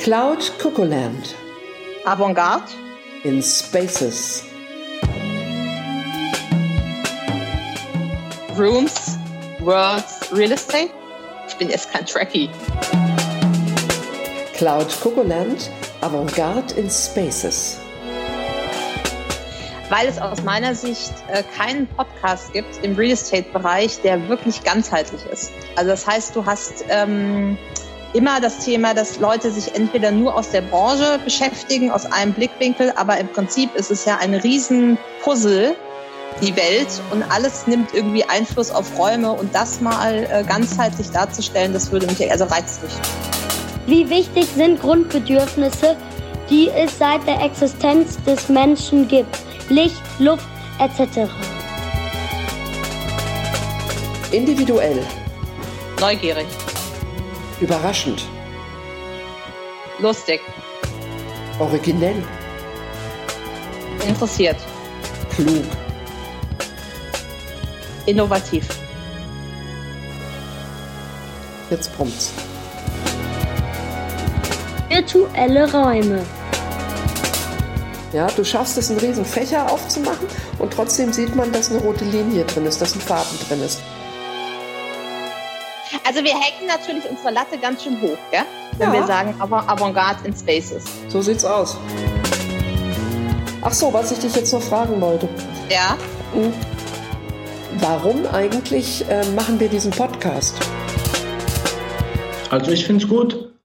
Cloud Cuckooland Avantgarde, in Spaces. Rooms, Worlds, Real Estate. Ich bin jetzt kein Trekkie. Cloud Cuckooland Avantgarde in Spaces. weil es aus meiner Sicht äh, keinen Podcast gibt im Real Estate-Bereich, der wirklich ganzheitlich ist. Also das heißt, du hast ähm, immer das Thema, dass Leute sich entweder nur aus der Branche beschäftigen, aus einem Blickwinkel, aber im Prinzip ist es ja ein Riesen-Puzzle, die Welt, und alles nimmt irgendwie Einfluss auf Räume und das mal äh, ganzheitlich darzustellen, das würde mich, also reizt mich. Wie wichtig sind Grundbedürfnisse, die es seit der Existenz des Menschen gibt? Licht, Luft etc. Individuell, Neugierig, überraschend, lustig, originell, interessiert, klug, innovativ. jetzt brummt's. Virtuelle Räume. Ja, du schaffst es, einen riesen Fächer aufzumachen und trotzdem sieht man, dass eine rote Linie drin ist, dass ein Farben drin ist. Also wir hacken natürlich unsere Latte ganz schön hoch, gell? wenn Ja. wir sagen Avant Avantgarde in Spaces. So sieht's aus. Ach so, was ich dich jetzt noch fragen wollte. Ja, Hm. Warum eigentlich äh, machen wir diesen Podcast? Also ich finde es gut.